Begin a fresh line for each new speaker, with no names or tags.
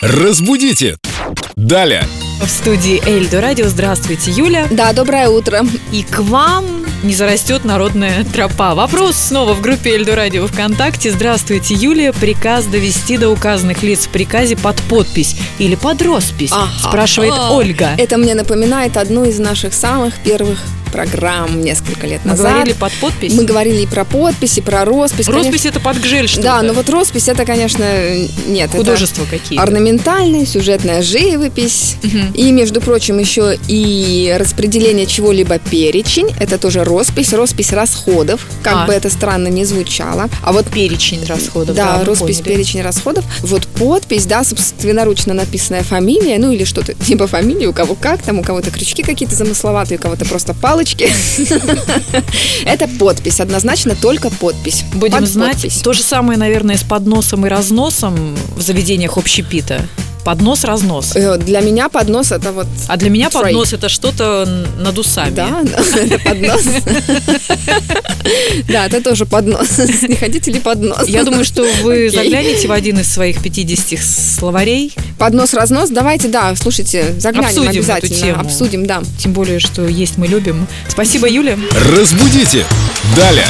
Разбудите! Далее!
В студии Эльдо Радио. Здравствуйте, Юля.
Да, доброе утро.
И к вам не зарастет народная тропа. Вопрос снова в группе Эльдо Радио ВКонтакте. Здравствуйте, Юлия. Приказ довести до указанных лиц в приказе под подпись или под роспись,
Ага.
спрашивает
А.
Ольга.
Это мне напоминает одну из наших самых первых программ несколько лет
Мы
назад.
говорили под подпись?
Мы говорили и про подписи, про роспись.
Роспись это под гжель
конечно.
что-то.
Да, но вот роспись это, конечно, нет. это
Художество какие
орнаментальная, сюжетная живопись.
Мгм.
И, между прочим, еще и распределение чего-либо перечень. Это тоже роспись, роспись расходов, как
А.
бы это странно не звучало. А вот
Перечень расходов.
Да,
мы
роспись,
поняли.
перечень расходов. Вот подпись, да, собственноручно написанная фамилия, ну или что-то типа фамилии, у кого как, там у кого-то крючки какие-то замысловатые, у кого-то просто палочки. Это подпись, однозначно только подпись.
Будем
Под
знать.
подпись.
То же самое, наверное, с подносом и разносом в заведениях общепита. Поднос-разнос.
Э, Для меня поднос это вот...
А для меня
Трей.
поднос это что-то над усами.
Да, это поднос. Да, это тоже поднос. Не хотите ли поднос?
Я думаю, что
Окей.
вы заглянете в один из своих 50 словарей.
Поднос-разнос, давайте, да, слушайте, заглянем
Обсудим эту
обязательно.
тему.
Обсудим, да.
Тем более, что есть мы любим. Спасибо, Юля.
Разбудите! Далее!